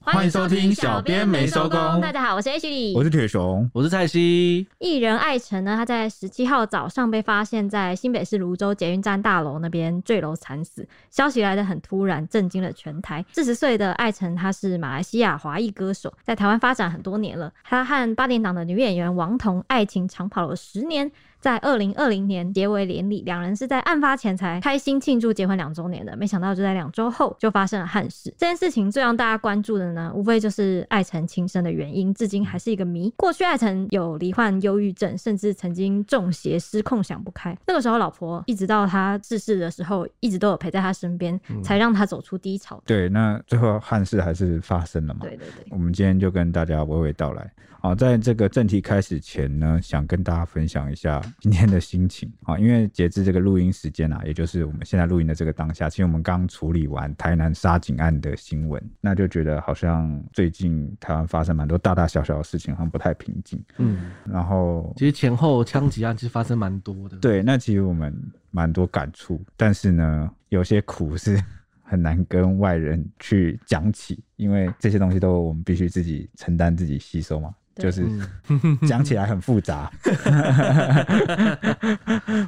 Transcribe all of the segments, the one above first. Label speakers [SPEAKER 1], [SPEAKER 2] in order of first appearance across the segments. [SPEAKER 1] 欢迎收听小编没收工
[SPEAKER 2] 大家好，我是 H
[SPEAKER 3] 我
[SPEAKER 2] 李。
[SPEAKER 3] 是铁熊，
[SPEAKER 1] 我是蔡西，
[SPEAKER 2] 艺人艾辰呢，他在十七号早上被发现在新北市泸州捷运站大楼那边坠楼惨死，消息来得很突然，震惊了全台。四十岁的艾辰，他是马来西亚华裔歌手，在台湾发展很多年了。他和八点档的女演员王彤爱情长跑了十年。在二零二零年结为连理，两人是在案发前才开心庆祝结婚两周年的，没想到就在两周后就发生了憾事。这件事情最让大家关注的呢，无非就是艾辰轻生的原因，至今还是一个谜。过去艾辰有罹患忧郁症，甚至曾经中邪失控想不开，那个时候老婆一直到他逝世的时候，一直都有陪在他身边，
[SPEAKER 1] 嗯
[SPEAKER 2] 才让他走出低潮。
[SPEAKER 3] 对，那最后憾事还是发生了嘛？
[SPEAKER 2] 对对对，
[SPEAKER 3] 我们今天就跟大家娓娓道来。啊，在这个正题开始前呢，想跟大家分享一下今天的心情啊，因为截至这个录音时间啊，也就是我们现在录音的这个当下，其实我们刚处理完台南杀警案的新闻，那就觉得好像最近台湾发生蛮多大大小小的事情，好像不太平静。
[SPEAKER 1] 嗯，
[SPEAKER 3] 然后
[SPEAKER 1] 其实前后枪击案其实发生蛮多的，，
[SPEAKER 3] 对，那其实我们蛮多感触，但是呢，有些苦是 很难跟外人去讲起，因为这些东西都我们必须自己承担、自己吸收嘛。
[SPEAKER 2] 对
[SPEAKER 3] 就是讲起来很复杂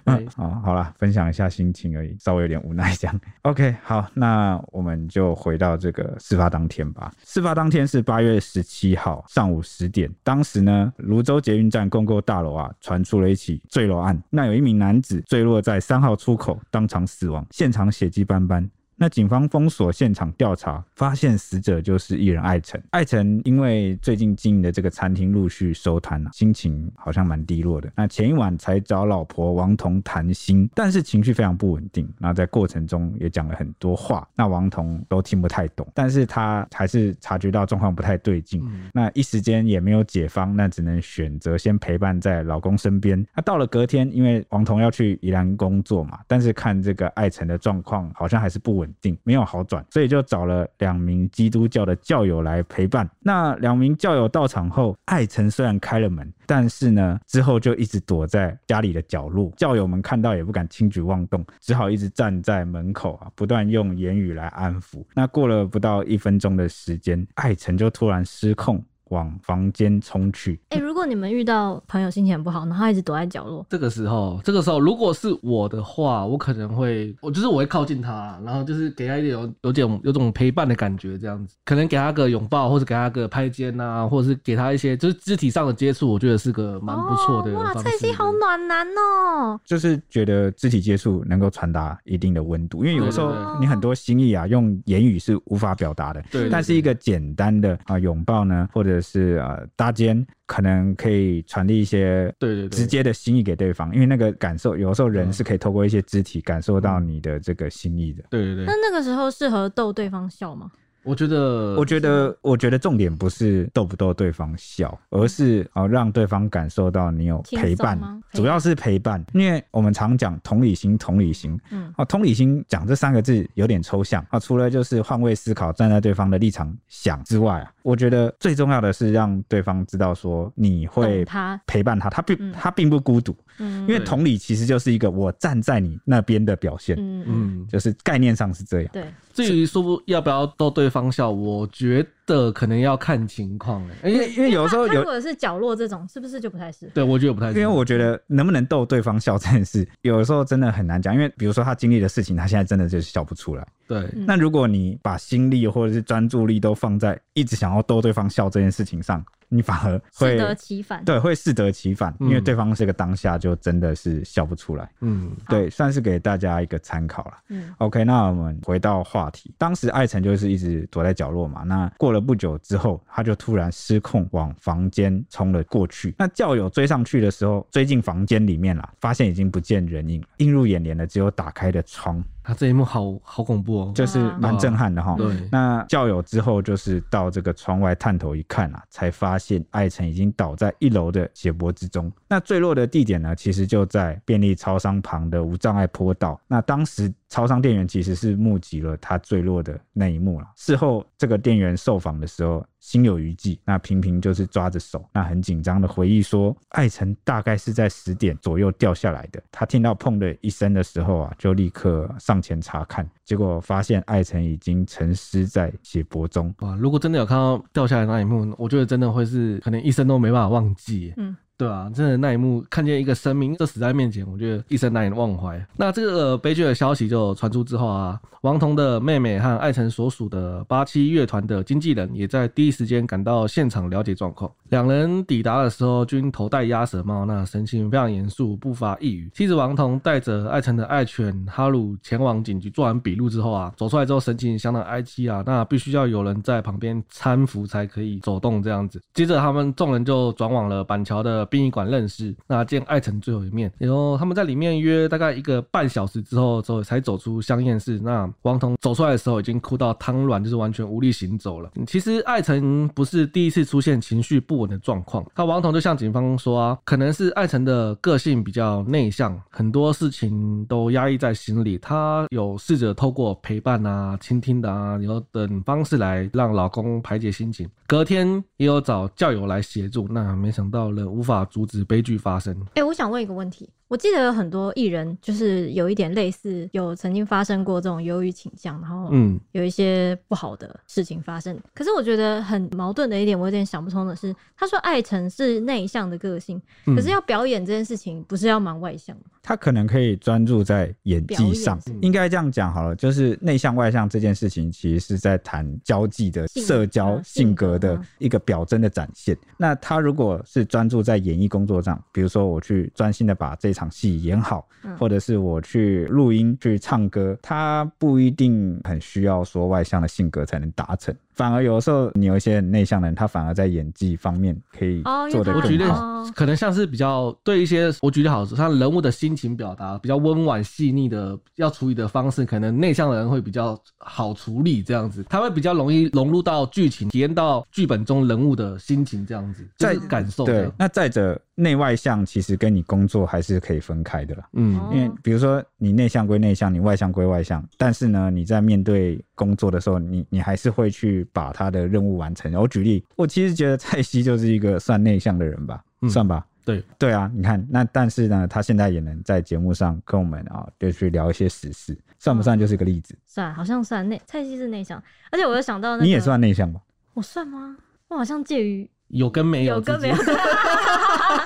[SPEAKER 1] 对
[SPEAKER 3] 哦，好啦，分享一下心情而已，稍微有点无奈这样。OK，好， 那我们就回到这个事发当天吧。事发当天是八月十七号上午十点，当时呢，泸州捷运站共构大楼啊，传出了一起坠楼案。那有一名男子坠落在三号出口，当场死亡，现场血迹斑斑。那警方封锁现场调查，发现死者就是艺人艾辰。艾辰因为最近经营的这个餐厅陆续收摊了、啊心情好像蛮低落的。那前一晚才找老婆王彤谈心，但是情绪非常不稳定。那在过程中也讲了很多话，那王彤都听不太懂，但是他还是察觉到状况不太对劲，
[SPEAKER 1] 嗯
[SPEAKER 3] 那一时间也没有解方，那只能选择先陪伴在老公身边。那到了隔天，因为王彤要去宜兰工作嘛，但是看这个艾辰的状况好像还是不稳定，没有好转，所以就找了两名基督教的教友来陪伴。那两名教友到场后，艾辰虽然开了门，但是呢之后就一直躲在家里的角落，教友们看到也不敢轻举妄动，只好一直站在门口啊，不断用言语来安抚。那过了不到一分钟的时间，艾辰就突然失控。往房间冲去，
[SPEAKER 2] 哎、如果你们遇到朋友心情很不好，然后他一直躲在角落，
[SPEAKER 1] 这个时候，这个时候如果是我的话，我可能会，我就是我会靠近他啦，然后就是给他一点有有点有种陪伴的感觉，这样子，可能给他个拥抱，或者给他个拍肩啊，或者是给他一些就是肢体上的接触，我觉得是个蛮不错的
[SPEAKER 2] 哦、哇，
[SPEAKER 1] 方
[SPEAKER 2] 蔡
[SPEAKER 1] 式
[SPEAKER 2] 西好暖男哦。
[SPEAKER 3] 就是觉得肢体接触能够传达一定的温度，因为有的时
[SPEAKER 1] 对对
[SPEAKER 3] 候
[SPEAKER 2] 对
[SPEAKER 3] 你很多心意啊，用言语是无法表达的。
[SPEAKER 1] 对对
[SPEAKER 3] 但是一个简单的啊拥、抱呢，或者是呃搭肩，可能可以传递一些
[SPEAKER 1] 对对对
[SPEAKER 3] 直接的心意给对方，因为那个感受，有的时候人
[SPEAKER 1] 嗯
[SPEAKER 3] 是可以透过一些肢体感受到你的这个心意的。
[SPEAKER 1] 对对
[SPEAKER 2] 那
[SPEAKER 1] 对，
[SPEAKER 2] 那个时候适合逗对方笑吗？
[SPEAKER 1] 我觉得
[SPEAKER 3] 我觉得，我觉得重点不是逗不逗对方笑，而是啊、呃让对方感受到你有陪伴
[SPEAKER 2] 轻松吗，陪伴
[SPEAKER 3] 主要是陪伴，因为我们常讲同理心，同理心，
[SPEAKER 2] 嗯，
[SPEAKER 3] 啊，同理心讲这三个字有点抽象啊，除了就是换位思考，站在对方的立场想之外啊，我觉得最重要的是让对方知道说你
[SPEAKER 2] 懂
[SPEAKER 3] 会
[SPEAKER 2] 他，
[SPEAKER 3] 陪伴他，他并、
[SPEAKER 2] 嗯
[SPEAKER 3] 他并不孤独，
[SPEAKER 2] 嗯，
[SPEAKER 3] 因为
[SPEAKER 1] 对
[SPEAKER 3] 同理其实就是一个我站在你那边的表现，
[SPEAKER 2] 嗯嗯，
[SPEAKER 1] 嗯，
[SPEAKER 3] 就是概念上是这样。
[SPEAKER 2] 对，
[SPEAKER 1] 至于说不要不要逗对方笑，我觉得可能要看情况哎、欸，因
[SPEAKER 3] 因为
[SPEAKER 1] 为
[SPEAKER 3] 因为有时候
[SPEAKER 2] 他如
[SPEAKER 3] 有
[SPEAKER 2] 果是角落这种，是不是就不太适合？
[SPEAKER 1] 对我觉得不太
[SPEAKER 3] 因
[SPEAKER 1] 行，
[SPEAKER 3] 为我觉得能不能逗对方笑这件事，有时候真的很难讲。因为比如说他经历的事情，他现在真的就是笑不出来。
[SPEAKER 1] 对
[SPEAKER 2] 嗯
[SPEAKER 3] 那如果你把心力或者是专注力都放在一直想要逗对方笑这件事情上，你反而
[SPEAKER 2] 适
[SPEAKER 3] 会
[SPEAKER 2] 得其反。
[SPEAKER 3] 对会适得其反，
[SPEAKER 1] 嗯
[SPEAKER 3] 因为对方这个当下就真的是笑不出来。
[SPEAKER 1] 嗯
[SPEAKER 2] 好
[SPEAKER 3] 对，算是给大家一个参考啦。
[SPEAKER 2] 嗯，
[SPEAKER 3] OK，那我们回到话题，当时艾辰就是一直躲在角落嘛。那过了不久之后，他就突然失控往房间冲了过去。那教友追上去的时候，追进房间里面啦，发现已经不见人影，映入眼帘的只有打开的窗，
[SPEAKER 1] 他这一幕好好恐怖哦，
[SPEAKER 3] 就是
[SPEAKER 2] 啊
[SPEAKER 3] 蛮震撼的哈。
[SPEAKER 1] 对
[SPEAKER 3] 那教友之后就是到这个窗外探头一看啊，才发现艾辰已经倒在一楼的血泊之中。那坠落的地点呢，其实就在便利超商旁的无障碍坡道。那当时超商店员其实是目击了他坠落的那一幕了。事后，这个店员受访的时候心有余悸，那平平就是抓着手，那很紧张的回忆说，艾辰大概是在十点左右掉下来的。他听到砰的一声的时候啊，就立刻上前查看，结果发现艾辰已经沉尸在血泊中。
[SPEAKER 1] 哇，如果真的有看到掉下来那一幕，我觉得真的会是可能一生都没办法忘记耶。
[SPEAKER 2] 嗯，
[SPEAKER 1] 对啊，真的那一幕，看见一个生命就死在面前，我觉得一生难以忘怀。那这个悲剧的消息就传出之后啊，王彤的妹妹和艾辰所属的八七乐团的经纪人也在第一时间赶到现场了解状况。两人抵达的时候均头戴鸭舌帽，那神情非常严肃，不乏抑郁。妻子王彤带着艾辰的爱犬哈鲁前往警局做完笔录之后啊，走出来之后神情相当哀戚啊，那必须要有人在旁边搀扶才可以走动这样子。接着他们众人就转往了板桥的殡仪馆认识，那见艾辰最后一面，然后他们在里面约大概一个半小时之后，之后才走出香艳室。那王彤走出来的时候已经哭到瘫软，就是完全无力行走了。嗯其实艾辰不是第一次出现情绪不稳的状况，那王彤就向警方说啊，可能是艾辰的个性比较内向，很多事情都压抑在心里，她有试着透过陪伴啊、倾听的啊，然后等方式来让老公排解心情。隔天也有找教友来协助，那没想到仍无法阻止悲剧发生。
[SPEAKER 2] 哎、我想问一个问题，我记得有很多艺人就是有一点类似，有曾经发生过这种忧郁倾向，然后
[SPEAKER 1] 嗯，
[SPEAKER 2] 有一些不好的事情发生。可是我觉得很矛盾的一点，我有点想不通的是，他说艾辰是内向的个性，
[SPEAKER 1] 嗯
[SPEAKER 2] 可是要表演这件事情，不是要蛮外向吗？
[SPEAKER 3] 他可能可以专注在演技上
[SPEAKER 2] 表演是吗，
[SPEAKER 3] 应该这样讲好了。就是内向外向这件事情，其实是在谈交际的
[SPEAKER 2] 性格
[SPEAKER 3] 社交
[SPEAKER 2] 啊
[SPEAKER 3] 性格
[SPEAKER 2] 性
[SPEAKER 3] 的
[SPEAKER 2] 格啊
[SPEAKER 3] 一个表征的展现。那他如果是专注在演艺工作上，比如说我去专心的把这场戏演好，
[SPEAKER 2] 嗯
[SPEAKER 3] 或者是我去录音、去唱歌，他不一定很需要说外向的性格才能达成。反而有时候你有一些很内向的人，他反而在演技方面可以
[SPEAKER 2] 哦因为
[SPEAKER 3] 做得
[SPEAKER 2] 他
[SPEAKER 1] 我举
[SPEAKER 3] 更
[SPEAKER 1] 例
[SPEAKER 3] 好。
[SPEAKER 2] 哦
[SPEAKER 1] 可能像是比较对一些我举例好，像人物的心情表达比较温婉细腻的，要处理的方式，可能内向的人会比较好处理这样子，他会比较容易融入到剧情，体验到剧本中人物的心情这样子，
[SPEAKER 3] 在
[SPEAKER 1] 就是感受这
[SPEAKER 3] 对
[SPEAKER 1] 样，
[SPEAKER 3] 那再者，内外向其实跟你工作还是可以分开的啦。
[SPEAKER 1] 嗯
[SPEAKER 2] 哦
[SPEAKER 3] 因为比如说你内向归内向，你外向归外向，但是呢，你在面对工作的时候，你你还是会去把他的任务完成。我举例，我其实觉得蔡西就是一个算内向的人吧，
[SPEAKER 1] 嗯
[SPEAKER 3] 算吧。
[SPEAKER 1] 对
[SPEAKER 3] 对啊，你看那但是呢，他现在也能在节目上跟我们啊、就去聊一些时事，算不算就是个例子？
[SPEAKER 2] 算，好像算内蔡西是内向，而且我又想到、那个
[SPEAKER 3] 你也，算内向吧？
[SPEAKER 2] 我算吗？我好像介于
[SPEAKER 1] 有跟没有
[SPEAKER 2] 有
[SPEAKER 1] 之
[SPEAKER 2] 跟没
[SPEAKER 1] 间
[SPEAKER 2] 有。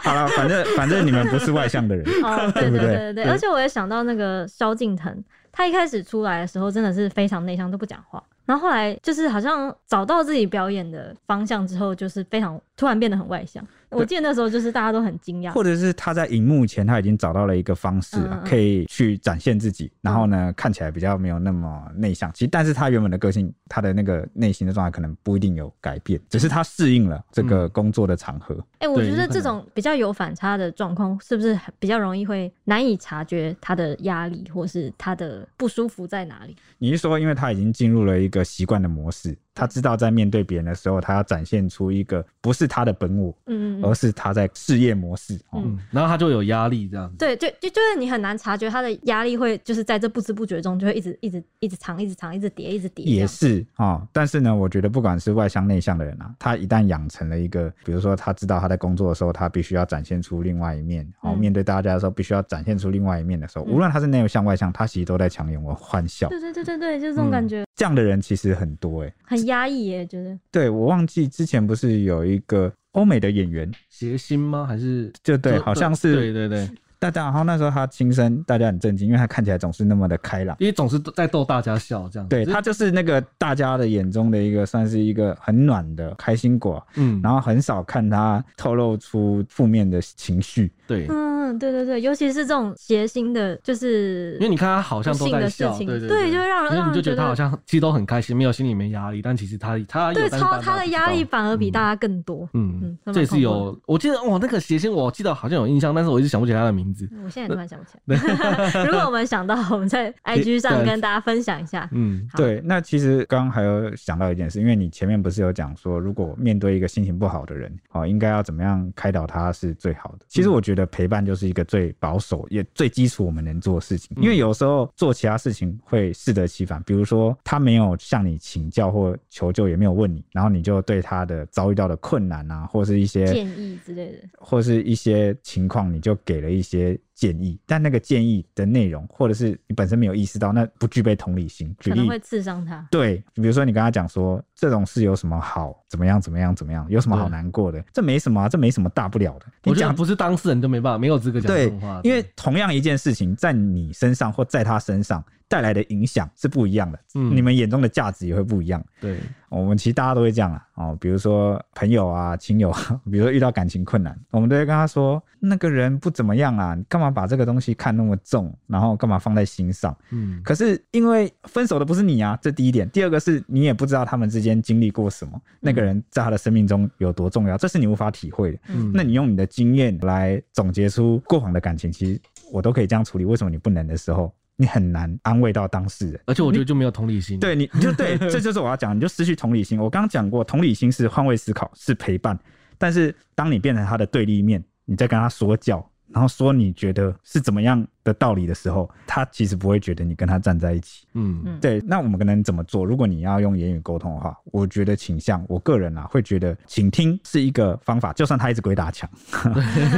[SPEAKER 3] 好了，反正 反正你们不是外向的人，
[SPEAKER 2] 哦，对
[SPEAKER 3] 对不
[SPEAKER 2] 对
[SPEAKER 3] 对
[SPEAKER 2] 对对，
[SPEAKER 1] 对
[SPEAKER 2] 而且我也想到那个萧敬腾，他一开始出来的时候真的是非常内向，都不讲话。然后后来就是好像找到自己表演的方向之后，就是非常突然变得很外向。我记得那时候就是大家都很惊讶，
[SPEAKER 3] 或者是他在荧幕前他已经找到了一个方式、
[SPEAKER 2] 啊嗯
[SPEAKER 3] 啊
[SPEAKER 2] 嗯，嗯
[SPEAKER 3] 可以去展现自己，然后呢看起来比较没有那么内向。其实，但是他原本的个性，他的那个内心的状态可能不一定有改变，
[SPEAKER 2] 嗯
[SPEAKER 3] 只是他适应了这个工作的场合。
[SPEAKER 2] 哎、我
[SPEAKER 1] 对
[SPEAKER 2] 觉
[SPEAKER 1] 有
[SPEAKER 2] 得
[SPEAKER 1] 可
[SPEAKER 2] 这种比较有反差的状况，是不是很比较容易会难以察觉他的压力，或是他的不舒服在哪里？
[SPEAKER 3] 你是说，因为他已经进入了一个习惯的模式，他知道在面对别人的时候，他要展现出一个不是他的本我，
[SPEAKER 2] 嗯，嗯
[SPEAKER 3] 而
[SPEAKER 2] 嗯，
[SPEAKER 3] 是他在事业模式。哦
[SPEAKER 2] 嗯
[SPEAKER 1] 嗯，然后他就有压力这样子。
[SPEAKER 2] 对，就就就是你很难察觉他的压力会就是在这不知不觉中就会一直一直一直藏，一直藏，一直叠，一直叠这样。
[SPEAKER 3] 也是啊、哦但是呢，我觉得不管是外向内向的人啊，他一旦养成了一个，比如说他知道他在工作的时候，他必须要展现出另外一面，然、
[SPEAKER 2] 嗯
[SPEAKER 3] 后面对大家的时候必须要展现出另外一面的时候，
[SPEAKER 2] 嗯
[SPEAKER 3] 无论他是内向外向，他其实都在强颜欢笑。
[SPEAKER 2] 对对对对对，就是这种
[SPEAKER 1] 嗯
[SPEAKER 2] 感觉。
[SPEAKER 3] 这样的人其实很多诶、欸
[SPEAKER 2] 很压抑耶，觉得
[SPEAKER 3] 对我忘记之前不是有一个欧美的演员，
[SPEAKER 1] 谐星吗？还是
[SPEAKER 3] 就对，好像是
[SPEAKER 1] 对对对，
[SPEAKER 3] 大家，然后那时候他亲身，大家很震惊，因为他看起来总是那么的开朗。
[SPEAKER 1] 因为总是在逗大家笑这样子。
[SPEAKER 3] 对
[SPEAKER 1] 就是
[SPEAKER 3] 他就是那个大家的眼中的一个，算是一个很暖的开心果，
[SPEAKER 1] 嗯，
[SPEAKER 3] 然后很少看他透露出负面的情绪。
[SPEAKER 1] 对，
[SPEAKER 2] 嗯，对对对，尤其是这种谐星的，就是
[SPEAKER 1] 因为你看他好像都
[SPEAKER 2] 不幸
[SPEAKER 1] 在
[SPEAKER 2] 的事
[SPEAKER 1] 笑，
[SPEAKER 2] 情
[SPEAKER 1] 对对
[SPEAKER 2] 对就会让人
[SPEAKER 1] 因为
[SPEAKER 2] 让
[SPEAKER 1] 你
[SPEAKER 2] 人
[SPEAKER 1] 就觉
[SPEAKER 2] 觉
[SPEAKER 1] 得
[SPEAKER 2] 得
[SPEAKER 1] 他好像其实都很开心，没有心里没压力，但其实他他有
[SPEAKER 2] 对
[SPEAKER 1] 但是大
[SPEAKER 2] 超
[SPEAKER 1] 家
[SPEAKER 2] 他的
[SPEAKER 1] 不知
[SPEAKER 2] 压力
[SPEAKER 1] 道。
[SPEAKER 2] 反而比
[SPEAKER 1] 嗯
[SPEAKER 2] 大家更多。嗯
[SPEAKER 1] 嗯
[SPEAKER 2] 他，们
[SPEAKER 1] 这也
[SPEAKER 2] 碰
[SPEAKER 1] 是
[SPEAKER 2] 过
[SPEAKER 1] 有，我记得哇，那个谐星我记得好像有印象，但是我一直想不起来他的名字。
[SPEAKER 2] 我现在突然想不起来，如 果我们想到，我们在 IG 上
[SPEAKER 1] 对
[SPEAKER 2] 跟大家分享一下。
[SPEAKER 1] 嗯，
[SPEAKER 2] 好
[SPEAKER 3] 对，那其实刚刚还有想到一件事，因为你前面不是有讲说，如
[SPEAKER 2] 嗯
[SPEAKER 3] 果面对一个心情不好的人，哦，应该要怎么样开导他是最好的。其实我觉得陪伴就是是一个最保守也最基础我们能做的事
[SPEAKER 2] 嗯
[SPEAKER 3] 情，因为有时候做其他事情会适得其反。比如说他没有向你请教或求救，也没有问你，然后你就对他的遭遇到的困难啊，或是一些
[SPEAKER 2] 建议之类的，
[SPEAKER 3] 或是一些情况，你就给了一些建议，但那个建议的内容，或者是你本身没有意识到，那不具备同理心。举
[SPEAKER 2] 可
[SPEAKER 3] 例
[SPEAKER 2] 能会刺伤他。
[SPEAKER 3] 对，比如说你跟他讲说这种事有什么好，怎么样怎么样怎么样，有什么好
[SPEAKER 1] 对
[SPEAKER 3] 难过的？这没什么啊，这没什么大不了的。你
[SPEAKER 1] 我觉得
[SPEAKER 3] 讲
[SPEAKER 1] 不是当事人就没办法，没有资格讲这
[SPEAKER 3] 对
[SPEAKER 1] 种话，，
[SPEAKER 3] 因为同样一件事情在你身上或在他身上带来的影响是不一样的，
[SPEAKER 1] 嗯
[SPEAKER 3] 你们眼中的价值也会不一样。
[SPEAKER 1] 对
[SPEAKER 3] 我们其实大家都会这样啦，哦，比如说朋友啊、亲友啊， 比如说遇到感情困难，我们都会跟他说那个人不怎么样啊，你干嘛把这个东西看那么重，然后干嘛放在心上？
[SPEAKER 1] 嗯，
[SPEAKER 3] 可是因为分手的不是你啊，这第一点。第二个是你也不知道他们之间经历过什么，那个人在他的生命中有多重要，这是你无法体会的。
[SPEAKER 1] 嗯
[SPEAKER 3] 那你用你的经验来总结出过往的感情，其实我都可以这样处理，为什么你不能的时候，你很难安慰到当事人。
[SPEAKER 1] 而且我觉得就没有同理心，
[SPEAKER 3] 对，你你就对，这就是我要讲，你就失去同理心。我刚刚讲过，同理心是换位思考，是陪伴。但是当你变成他的对立面，你在跟他说教，然后说你觉得是怎么样的道理的时候，他其实不会觉得你跟他站在一起。
[SPEAKER 1] 嗯
[SPEAKER 2] 嗯，
[SPEAKER 3] 对，那我们可能怎么做？如果你要用言语沟通的话，我觉得倾向，我个人啊会觉得倾听是一个方法，就算他一直鬼打墙，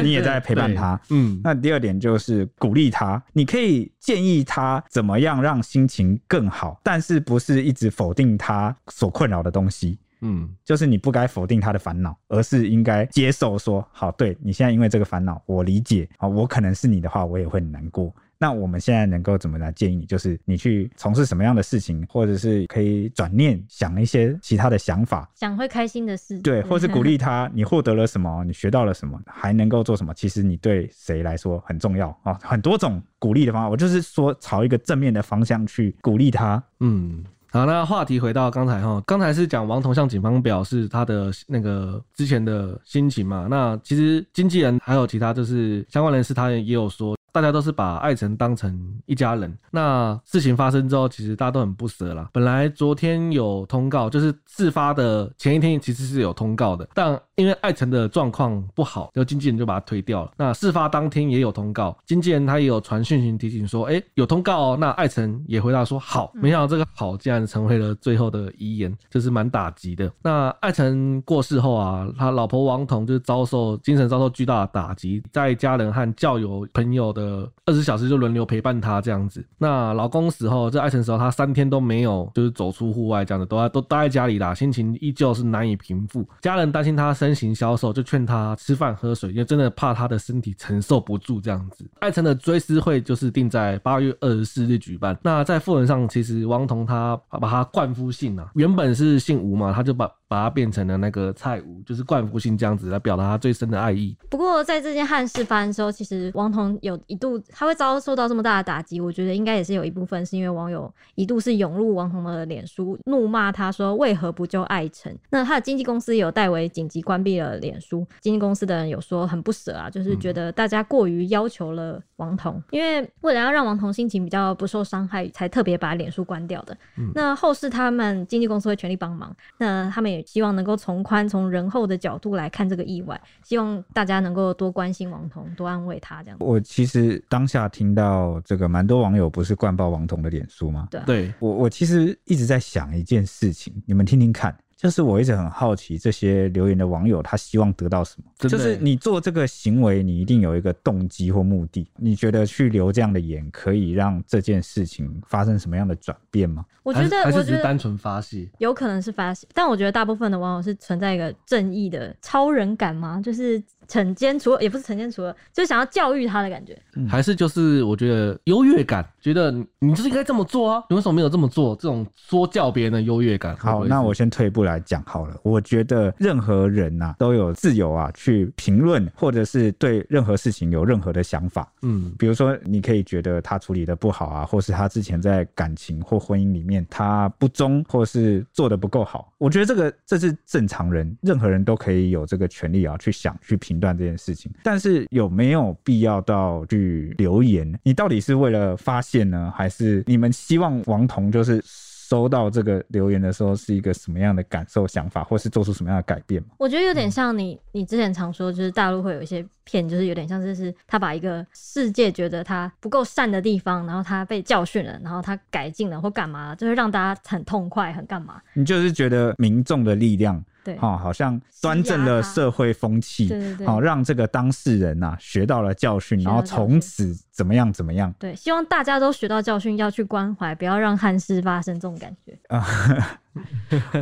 [SPEAKER 3] 你也在陪伴他。
[SPEAKER 1] 对嗯，
[SPEAKER 3] 那第二点就是鼓励他，你可以建议他怎么样让心情更好，但是不是一直否定他所困扰的东西。
[SPEAKER 1] 嗯
[SPEAKER 3] 就是你不该否定他的烦恼，而是应该接受说，好，对你现在因为这个烦恼，我理解啊，我可能是你的话，我也会很难过。那我们现在能够怎么来建议你？就是你去从事什么样的事情，或者是可以转念想一些其他的想法，
[SPEAKER 2] 想会开心的事，
[SPEAKER 3] 对，或是鼓励他，你获得了什么，你学到了什么，还能够做什么？其实你对谁来说很重要啊、哦很多种鼓励的方法，我就是说朝一个正面的方向去鼓励他。
[SPEAKER 1] 嗯。好，那话题回到刚才哈，刚才是讲王彤向警方表示他的那个之前的心情嘛。那其实经纪人还有其他就是相关人士，他也有说，大家都是把艾辰当成一家人。那事情发生之后，其实大家都很不舍啦。本来昨天有通告，就是事发的前一天其实是有通告的，但因为艾辰的状况不好，然后经纪人就把他推掉了。那事发当天也有通告，经纪人他也有传讯息提醒说，哎、有通告哦。那艾辰也回答说好，没想到这个好竟然成为了最后的遗言，就是蛮打击的。那艾辰过世后啊，他老婆王彤就是遭受精神遭受巨大的打击，在家人和教友朋友的二十小时就轮流陪伴他这样子。那老公死后，这艾辰死后，他三天都没有就是走出户外这样子，都在都待在家里啦，心情依旧是难以平复。家人担心他身形消瘦，就劝他吃饭喝水，因为真的怕他的身体承受不住这样子。艾辰的追思会就是定在八月二十四日举办。那在复文上，其实王彤他把他冠夫姓啊，原本是姓吴嘛，他就把把他变成了那个蔡吴，就是冠夫姓这样子来表达他最深的爱意。
[SPEAKER 2] 不过在这件憾事发生之后，其实王彤有一度他会遭受到这么大的打击，我觉得应该也是有一部分是因为网友一度是涌入王彤的脸书，怒骂他说为何不救爱辰？那他的经纪公司有代为紧急关闭了脸书，经纪公司的人有说很不舍啊，就是觉得大家过于要求了王彤，因为为了要让王彤心情比较不受伤害，才特别把脸书关掉的。那后世他们经纪公司会全力帮忙，那他们也希望能够从宽、从人后的角度来看这个意外，希望大家能够多关心王彤，多安慰他这样。
[SPEAKER 3] 我其实当下听到这个，蛮多网友不是灌爆王彤的脸书吗？
[SPEAKER 1] 对，
[SPEAKER 3] 我我其实一直在想一件事情，你们听听看，就是我一直很好奇这些留言的网友他希望得到什么。
[SPEAKER 1] 真
[SPEAKER 3] 就
[SPEAKER 1] 的欸
[SPEAKER 3] 是你做这个行为，你一定有一个动机或目的。你觉得去留这样的言，可以让这件事情发生什么样的转变吗？
[SPEAKER 2] 我
[SPEAKER 1] 还
[SPEAKER 2] 觉
[SPEAKER 1] 是
[SPEAKER 2] 得，
[SPEAKER 1] 还
[SPEAKER 2] 我
[SPEAKER 1] 是只
[SPEAKER 2] 觉
[SPEAKER 1] 是单
[SPEAKER 2] 得
[SPEAKER 1] 纯发泄。
[SPEAKER 2] 有可能是发现，但我觉得大部分的网友是存在一个正义的超人感嘛，就是惩奸除恶，也不是惩奸除恶，就是想要教育他的感觉。
[SPEAKER 3] 嗯
[SPEAKER 1] 还是就是我觉得优越感，觉得你你就是应该这么做啊，你为什么没有这么做？这种说教别人的优越感。会
[SPEAKER 3] 好，
[SPEAKER 1] 不会
[SPEAKER 3] 那
[SPEAKER 1] 是
[SPEAKER 3] 我先退一步来讲好了。我觉得任何人呐、都有自由啊，去评论或者是对任何事情有任何的想法。
[SPEAKER 1] 嗯
[SPEAKER 3] 比如说，你可以觉得他处理的不好啊，或是他之前在感情或婚姻里面他不忠，或是做的不够好。我觉得这个这是正常人，任何人都可以有这个权利啊，去想去评断这件事情。但是有没有必要到去留言？你到底是为了发现呢，还是你们希望王彤就是？收到这个留言的时候是一个什么样的感受、想法，或是做出什么样的改变吗？
[SPEAKER 2] 我觉得有
[SPEAKER 3] 嗯
[SPEAKER 2] 点像你，你之前常说，就是大陆会有一些片，就是有点像是是他把一个世界觉得他不够善的地方，然后他被教训了，然后他改进了或干嘛，就是让大家很痛快，很干嘛。
[SPEAKER 3] 你就是觉得民众的力量，
[SPEAKER 2] 对，
[SPEAKER 3] 哈、好像端正了社会风气，
[SPEAKER 2] 对对对，
[SPEAKER 3] 好、让这个当事人呐、学到了教训，
[SPEAKER 2] 学到
[SPEAKER 3] 然后
[SPEAKER 2] 教训
[SPEAKER 3] 从此怎么样怎 么样
[SPEAKER 2] 对，希望大家都学到教训，要去关怀，不要让憾事发生这种感觉。
[SPEAKER 3] 啊！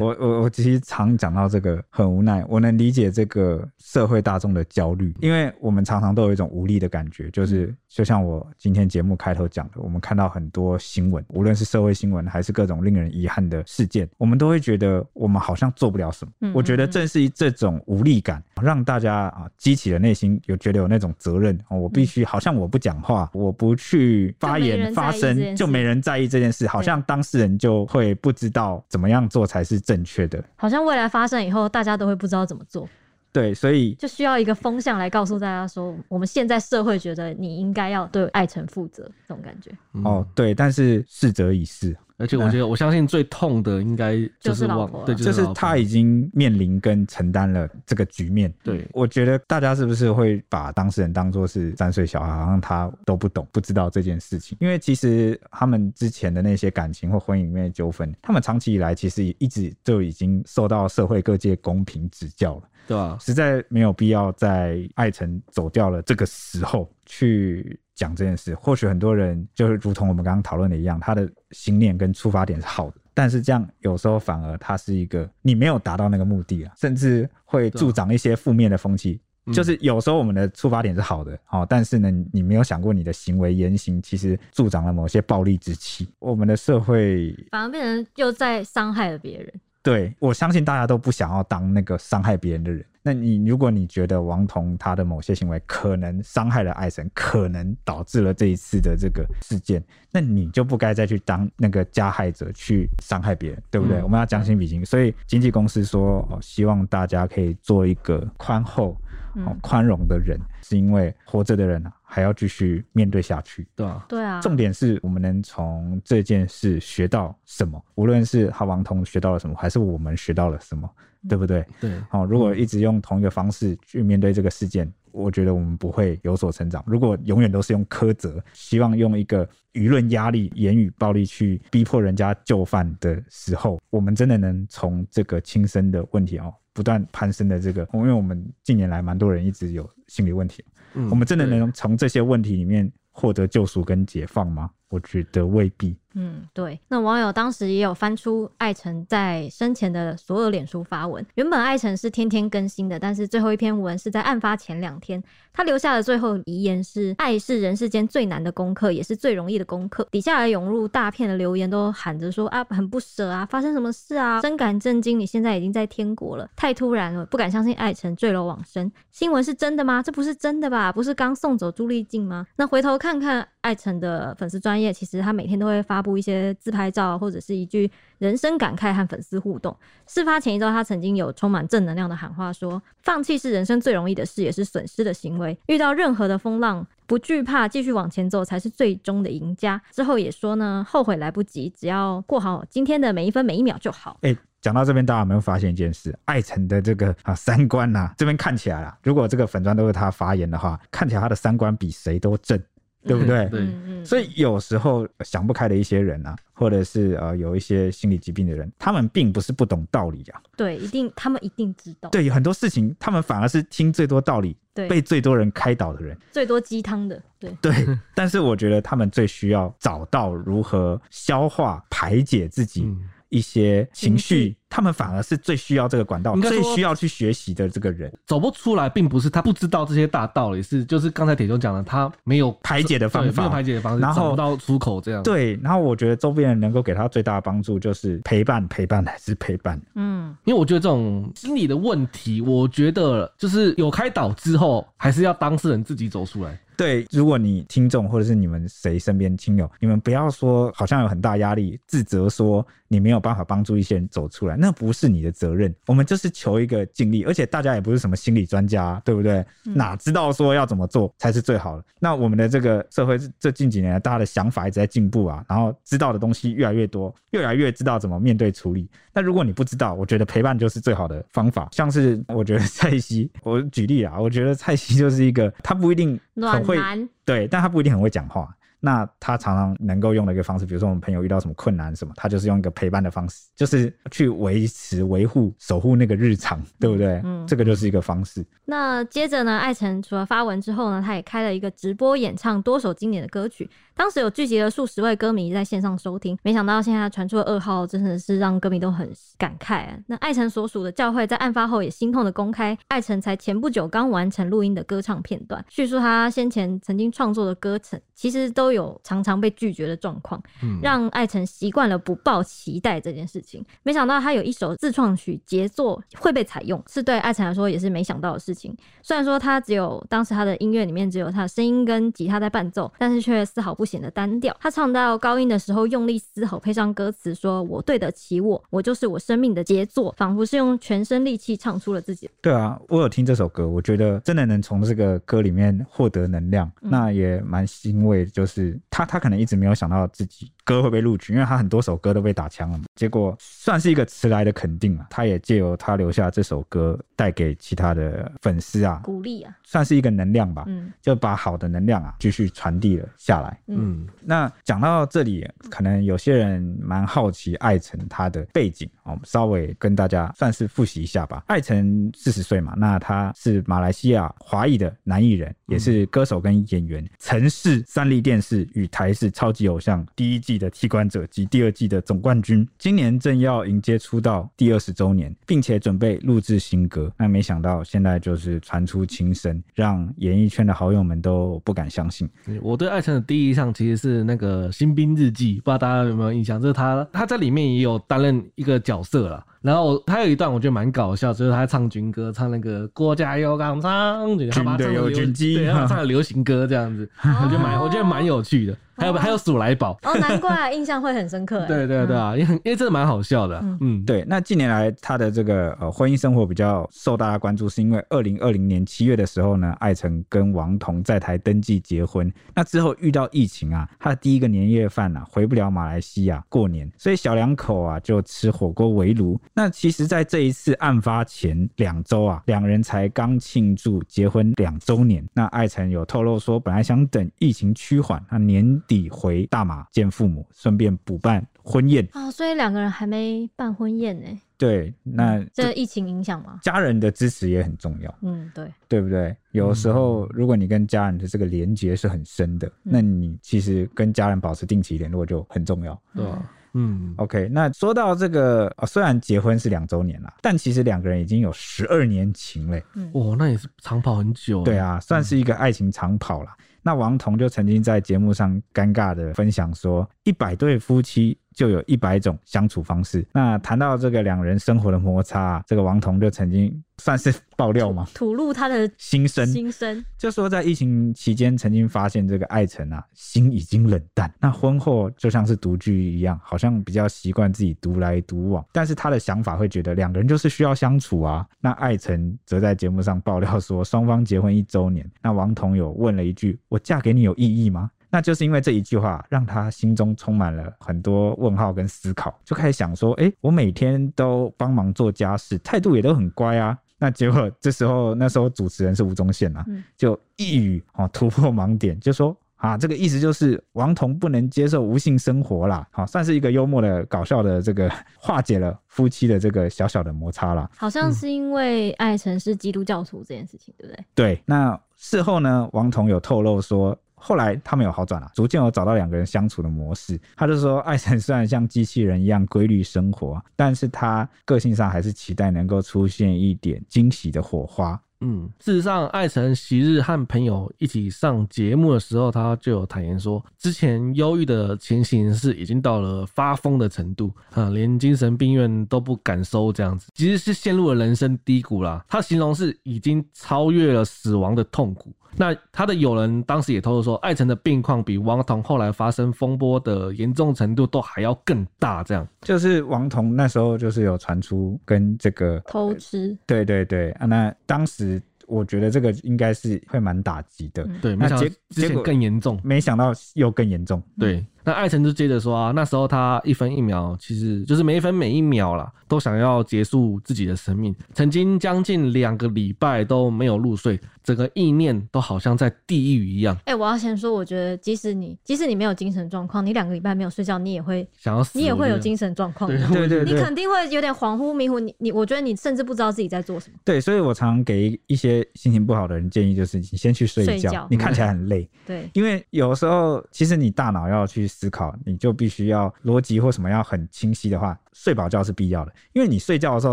[SPEAKER 3] 我我我其实常讲到这个很无奈，我能理解这个社会大众的焦虑，
[SPEAKER 2] 嗯
[SPEAKER 3] 因为我们常常都有一种无力的感觉，就是就像我今天节目开头讲的，我们看到很多新闻，无论是社会新闻还是各种令人遗憾的事件，我们都会觉得我们好像做不了什么。
[SPEAKER 2] 嗯
[SPEAKER 3] 我觉得
[SPEAKER 2] 嗯嗯
[SPEAKER 3] 正是这种无力感，让大家啊激起了内心有觉得有那种责任，哦、我必须好像我不讲话，我不去发
[SPEAKER 2] 就没
[SPEAKER 3] 言
[SPEAKER 2] 人在意
[SPEAKER 3] 发
[SPEAKER 2] 这件
[SPEAKER 3] 声，
[SPEAKER 2] 事
[SPEAKER 3] 就没人在意这件事，好像当事人就会不知道怎么样做才是正确的。
[SPEAKER 2] 好像未来发生以后，大家都会不知道怎么做，
[SPEAKER 3] 对，所以
[SPEAKER 2] 就需要一个风向来告诉大家说，我们现在社会觉得你应该要对爱晨负责，这种感觉。
[SPEAKER 3] 哦，对，但是逝者已逝，
[SPEAKER 1] 嗯而且我觉得，我相信最痛的应该
[SPEAKER 2] 就是是老
[SPEAKER 1] 忘
[SPEAKER 2] 婆，啊
[SPEAKER 1] 对，
[SPEAKER 3] 就是是
[SPEAKER 1] 老婆
[SPEAKER 3] 他已经面临跟承担了这个局面。
[SPEAKER 1] 对
[SPEAKER 3] 我觉得大家是不是会把当事人当做是三岁小孩，好像他都不懂、不知道这件事情？因为其实他们之前的那些感情或婚姻里面的纠纷，他们长期以来其实一直就已经受到社会各界公平指教了。
[SPEAKER 1] 对啊吧？
[SPEAKER 3] 实在没有必要在艾辰走掉了这个时候去讲这件事。或许很多人就是如同我们刚刚讨论的一样，他的心念跟出发点是好的，但是这样有时候反而他是一个你没有达到那个目的啊，甚至会助长一些负面的风气。
[SPEAKER 1] 嗯
[SPEAKER 3] 就是有时候我们的出发点是好的，哦，但是呢，你没有想过你的行为言行其实助长了某些暴力之气。我们的社会
[SPEAKER 2] 反而变成又在伤害了别人。
[SPEAKER 3] 对，我相信大家都不想要当那个伤害别人的人。那你如果你觉得王彤他的某些行为可能伤害了爱神，可能导致了这一次的这个事件，那你就不该再去当那个加害者去伤害别人，对不对？
[SPEAKER 1] 嗯
[SPEAKER 3] 我们要将心比心。所以经纪公司说，哦，希望大家可以做一个宽厚、哦
[SPEAKER 2] 嗯，
[SPEAKER 3] 宽容的人，是因为活着的人啊还要继续面对下去。
[SPEAKER 1] 对吧？
[SPEAKER 2] 对啊，
[SPEAKER 3] 重点是我们能从这件事学到什么，无论是哈王彤学到了什么，还是我们学到了什么，对不对？
[SPEAKER 1] 对，
[SPEAKER 3] 好、如果一直用同一个方式去面对这个事件，我觉得我们不会有所成长。如果永远都是用苛责，希望用一个舆论压力、言语暴力去逼迫人家就范的时候，我们真的能从这个亲身的问题哦，不断攀升的这个，因为我们近年来蛮多人一直有心理问题，
[SPEAKER 1] 嗯
[SPEAKER 3] 我们真的
[SPEAKER 1] 对
[SPEAKER 3] 能从这些问题里面获得救赎跟解放吗？我觉得未必。
[SPEAKER 2] 嗯，对。那网友当时也有翻出艾辰在生前的所有脸书发文，原本艾辰是天天更新的，但是最后一篇文是在案发前两天，他留下的最后遗言是：“爱是人世间最难的功课，也是最容易的功课。”底下来涌入大片的留言，都喊着说：“啊，很不舍啊，发生什么事啊？深感震惊，你现在已经在天国了，太突然了，不敢相信爱晨坠楼往生。新闻是真的吗？这不是真的吧？不是刚送走朱丽静吗？那回头看看爱晨的粉丝专业，其实他每天都会发布一些自拍照，啊或者是一句人生感慨和粉丝互动。事发前一周，他曾经有充满正能量的喊话说：“放弃是人生最容易的事，也是损失的行为。遇到任何的风浪，不惧怕，继续往前走才是最终的赢家。”之后也说呢：“后悔来不及，只要过好今天的每一分每一秒就好。
[SPEAKER 3] 哎、讲到这边，大家有没有发现一件事？艾辰的这个啊三观呐、这边看起来啦，如果这个粉砖都是他发言的话，看起来他的三观比谁都正，对不对？
[SPEAKER 1] 对
[SPEAKER 2] 嗯”嗯
[SPEAKER 3] 所以有时候呃想不开的一些人啊，或者是呃有一些心理疾病的人，他们并不是不懂道理啊，
[SPEAKER 2] 对，一定他们一定知道，
[SPEAKER 3] 对，有很多事情他们反而是听最多道理、
[SPEAKER 2] 对
[SPEAKER 3] 被最多人开导的人。
[SPEAKER 2] 最多鸡汤的，对
[SPEAKER 3] 对，但是我觉得他们最需要找到如何消化、排解自己
[SPEAKER 1] 嗯
[SPEAKER 3] 一些情
[SPEAKER 2] 情
[SPEAKER 3] 绪，他们反而是最需要这个管道、
[SPEAKER 1] 应该
[SPEAKER 3] 最
[SPEAKER 1] 说
[SPEAKER 3] 需要去学习的这个人
[SPEAKER 1] 走不出来，并不是他不知道这些大道理，是就是刚才铁兄讲的，他没有
[SPEAKER 3] 排解的方
[SPEAKER 1] 对没有
[SPEAKER 3] 法
[SPEAKER 1] 排。解的方式，
[SPEAKER 3] 然后
[SPEAKER 1] 找不到出口这样。
[SPEAKER 3] 对，然后我觉得周边人能够给他最大的帮助就是陪伴，陪伴还是陪伴。
[SPEAKER 2] 嗯，
[SPEAKER 1] 因为我觉得这种心理的问题，我觉得就是有开导之后，还是要当事人自己走出来。
[SPEAKER 3] 对，如果你听众或者是你们谁身边亲友，你们不要说好像有很大压力，自责说你没有办法帮助一些人走出来，那不是你的责任。我们就是求一个尽力，而且大家也不是什么心理专家，对不对？
[SPEAKER 2] 嗯
[SPEAKER 3] 哪知道说要怎么做才是最好的？那我们的这个社会这近几年来，大家的想法一直在进步啊，然后知道的东西越来越多，越来越知道怎么面对处理。那如果你不知道，我觉得陪伴就是最好的方法。像是我觉得蔡西， 我举例啊，我觉得蔡西就是一个他不一定
[SPEAKER 2] 暖
[SPEAKER 3] 很会
[SPEAKER 2] 男，
[SPEAKER 3] 对，但他不一定很会讲话。那他常常能够用的一个方式，比如说我们朋友遇到什么困难什么，他就是用一个陪伴的方式，就是去维持、维护、守护那个日常，对不对？
[SPEAKER 2] 嗯
[SPEAKER 3] 这个就是一个方式。
[SPEAKER 2] 那接着呢，艾辰除了发文之后呢，他也开了一个直播演唱多首经典的歌曲。当时有聚集了数十位歌迷在线上收听，没想到现在传出的噩耗，真的是让歌迷都很感慨、啊。那艾辰所属的教会在案发后也心痛的公开，艾辰才前不久刚完成录音的歌唱片段，叙述他先前曾经创作的歌程，其实都有常常被拒绝的状况。
[SPEAKER 1] 嗯
[SPEAKER 2] 让艾辰习惯了不抱期待这件事情。没想到他有一首自创曲杰作会被采用，是对艾辰来说也是没想到的事情。虽然说他只有当时他的音乐里面只有他的声音跟吉他在伴奏，但是却丝毫不显得单调。他唱到高音的时候用力嘶吼，配上歌词说“我对得起我，我就是我生命的杰作”，仿佛是用全身力气唱出了自己。
[SPEAKER 3] 对啊，我有听这首歌，我觉得真的能从这个歌里面获得能量，
[SPEAKER 2] 嗯
[SPEAKER 3] 那也蛮欣慰。就是他，他可能一直没有想到自己歌会被录取，因为他很多首歌都被打枪了嘛。结果算是一个迟来的肯定啊，他也借由他留下这首歌，带给其他的粉丝啊，
[SPEAKER 2] 鼓励 啊，
[SPEAKER 3] 算是一个能量吧。
[SPEAKER 2] 嗯
[SPEAKER 3] 就把好的能量啊继续传递了下来。
[SPEAKER 2] 嗯
[SPEAKER 3] 那讲到这里，可能有些人蛮好奇艾辰他的背景哦我们稍微跟大家算是复习一下吧。艾辰四十岁嘛，那他是马来西亚华裔的男艺人，也是歌手跟演员，曾是三立电视与台视超级偶像第一季的踢馆者及第二季的总冠军。今年正要迎接出道第二十周年，并且准备录制新歌。那没想到现在就是传出轻生，让演艺圈的好友们都不敢相信。
[SPEAKER 1] 嗯我对艾辰的第一印象其实是那个《新兵日记》，不知道大家有没有印象？就是他他在里面也有担任一个角色啦。然后他有一段我觉得蛮搞笑，就是他唱军歌，唱那个国家有港唱，就是他把它
[SPEAKER 3] 军队
[SPEAKER 1] 唱
[SPEAKER 3] 有
[SPEAKER 1] 成流
[SPEAKER 3] 军机啊哈
[SPEAKER 1] 对，他把它唱的流行歌这 样子，我觉得蛮我觉得蛮有趣的。还有还有鼠来宝，
[SPEAKER 2] 哦，难怪印象会很深刻、欸。
[SPEAKER 1] 对对对啊，因为很因为真的蛮好笑的啊，嗯，
[SPEAKER 3] 对，那近年来他的这个呃婚姻生活比较受大家关注，是因为二零二零年七月的时候呢，艾辰跟王彤在台登记结婚。那之后遇到疫情啊，他的第一个年夜饭啊回不了马来西亚过年，所以小两口啊就吃火锅围炉。那其实，在这一次案发前两周啊，两人才刚庆祝结婚两周年。那艾辰有透露说，本来想等疫情趋缓，那年底回大马见父母，顺便补办婚宴。
[SPEAKER 2] 哦，所以两个人还没办婚宴呢、
[SPEAKER 3] 对，那
[SPEAKER 2] 这疫情影响吗？
[SPEAKER 3] 家人的支持也很重要，
[SPEAKER 2] 嗯，对，
[SPEAKER 3] 对不对？有时候，如果你跟家人的这个连接是很深的，那你其实跟家人保持定期联络就很重要。
[SPEAKER 1] 对啊，嗯，
[SPEAKER 3] OK，那说到这个，哦、虽然结婚是两周年啦，但其实两个人已经有十二年情嘞。
[SPEAKER 2] 嗯
[SPEAKER 1] 哇，那也是长跑很久，
[SPEAKER 3] 对，啊，算是一个爱情长跑啦。那王彤就曾经在节目上尴尬的分享说，一百对夫妻就有一百种相处方式。那谈到这个两人生活的摩擦啊、这个王彤就曾经算是爆料嘛，
[SPEAKER 2] 吐露他的
[SPEAKER 3] 心声
[SPEAKER 2] 心声，
[SPEAKER 3] 就说在疫情期间，曾经发现这个艾辰啊，心已经冷淡。那婚后就像是独居一样，好像比较习惯自己独来独往。但是他的想法会觉得两个人就是需要相处啊。那艾辰则在节目上爆料说，双方结婚一周年，那王彤有问了一句：“我嫁给你有意义吗？”那就是因为这一句话，让他心中充满了很多问号跟思考，就开始想说：诶，我每天都帮忙做家事，态度也都很乖啊。那结果这时候，那时候主持人是吴宗宪啊，
[SPEAKER 2] 嗯
[SPEAKER 3] 就一语哦突破盲点，就说。啊，这个意思就是王彤不能接受无性生活啦，好、算是一个幽默的、搞笑的，这个化解了夫妻的这个小小的摩擦啦。
[SPEAKER 2] 好像是因为艾辰是基督教徒这件事情，对不对？
[SPEAKER 3] 对，那事后呢，王彤有透露说，后来他们有好转了、逐渐有找到两个人相处的模式。他就说，艾辰虽然像机器人一样规律生活，但是他个性上还是期待能够出现一点惊喜的火花。
[SPEAKER 1] 嗯，事实上，艾辰昔日和朋友一起上节目的时候，他就有坦言说，之前忧郁的情形是已经到了发疯的程度啊，连精神病院都不敢收这样子，其实是陷入了人生低谷啦。他形容是已经超越了死亡的痛苦。那他的友人当时也透露说，艾辰的病况比王彤后来发生风波的严重程度都还要更大，这样。
[SPEAKER 3] 就是王彤那时候就是有传出跟这个
[SPEAKER 2] 偷吃，
[SPEAKER 3] 对对对啊，那当时我觉得这个应该是会蛮打击的，
[SPEAKER 2] 嗯
[SPEAKER 1] 对，
[SPEAKER 3] 那
[SPEAKER 1] 没想到
[SPEAKER 3] 啊结
[SPEAKER 1] 之
[SPEAKER 3] 结
[SPEAKER 1] 前
[SPEAKER 3] 果
[SPEAKER 1] 更严重。
[SPEAKER 3] 没想到又更严重。
[SPEAKER 2] 嗯
[SPEAKER 1] 对，那艾辰就接着说啊，那时候他一分一秒，其实就是每一分每一秒啦，都想要结束自己的生命。曾经将近两个礼拜都没有入睡，整个意念都好像在地狱一样，
[SPEAKER 2] 哎、我要先说，我觉得即使你即使你没有精神状况，你两个礼拜没有睡觉，你也会
[SPEAKER 1] 想要死。
[SPEAKER 2] 你也会有
[SPEAKER 1] 我觉得
[SPEAKER 2] 精神状况的。
[SPEAKER 1] 对
[SPEAKER 3] 对对
[SPEAKER 2] 你
[SPEAKER 3] 对
[SPEAKER 2] 肯定会有点恍惚迷糊，你你，我觉得你甚至不知道自己在做什么。
[SPEAKER 3] 对，所以我常给一些心情不好的人建议，就是你先去睡
[SPEAKER 2] 睡
[SPEAKER 3] 一觉，
[SPEAKER 2] 觉嗯
[SPEAKER 3] 你看起来很累，
[SPEAKER 2] 对，
[SPEAKER 3] 因为有时候其实你大脑要去思考，你就必须要逻辑或什么要很清晰的话，睡饱觉是必要的。因为你睡觉的时候，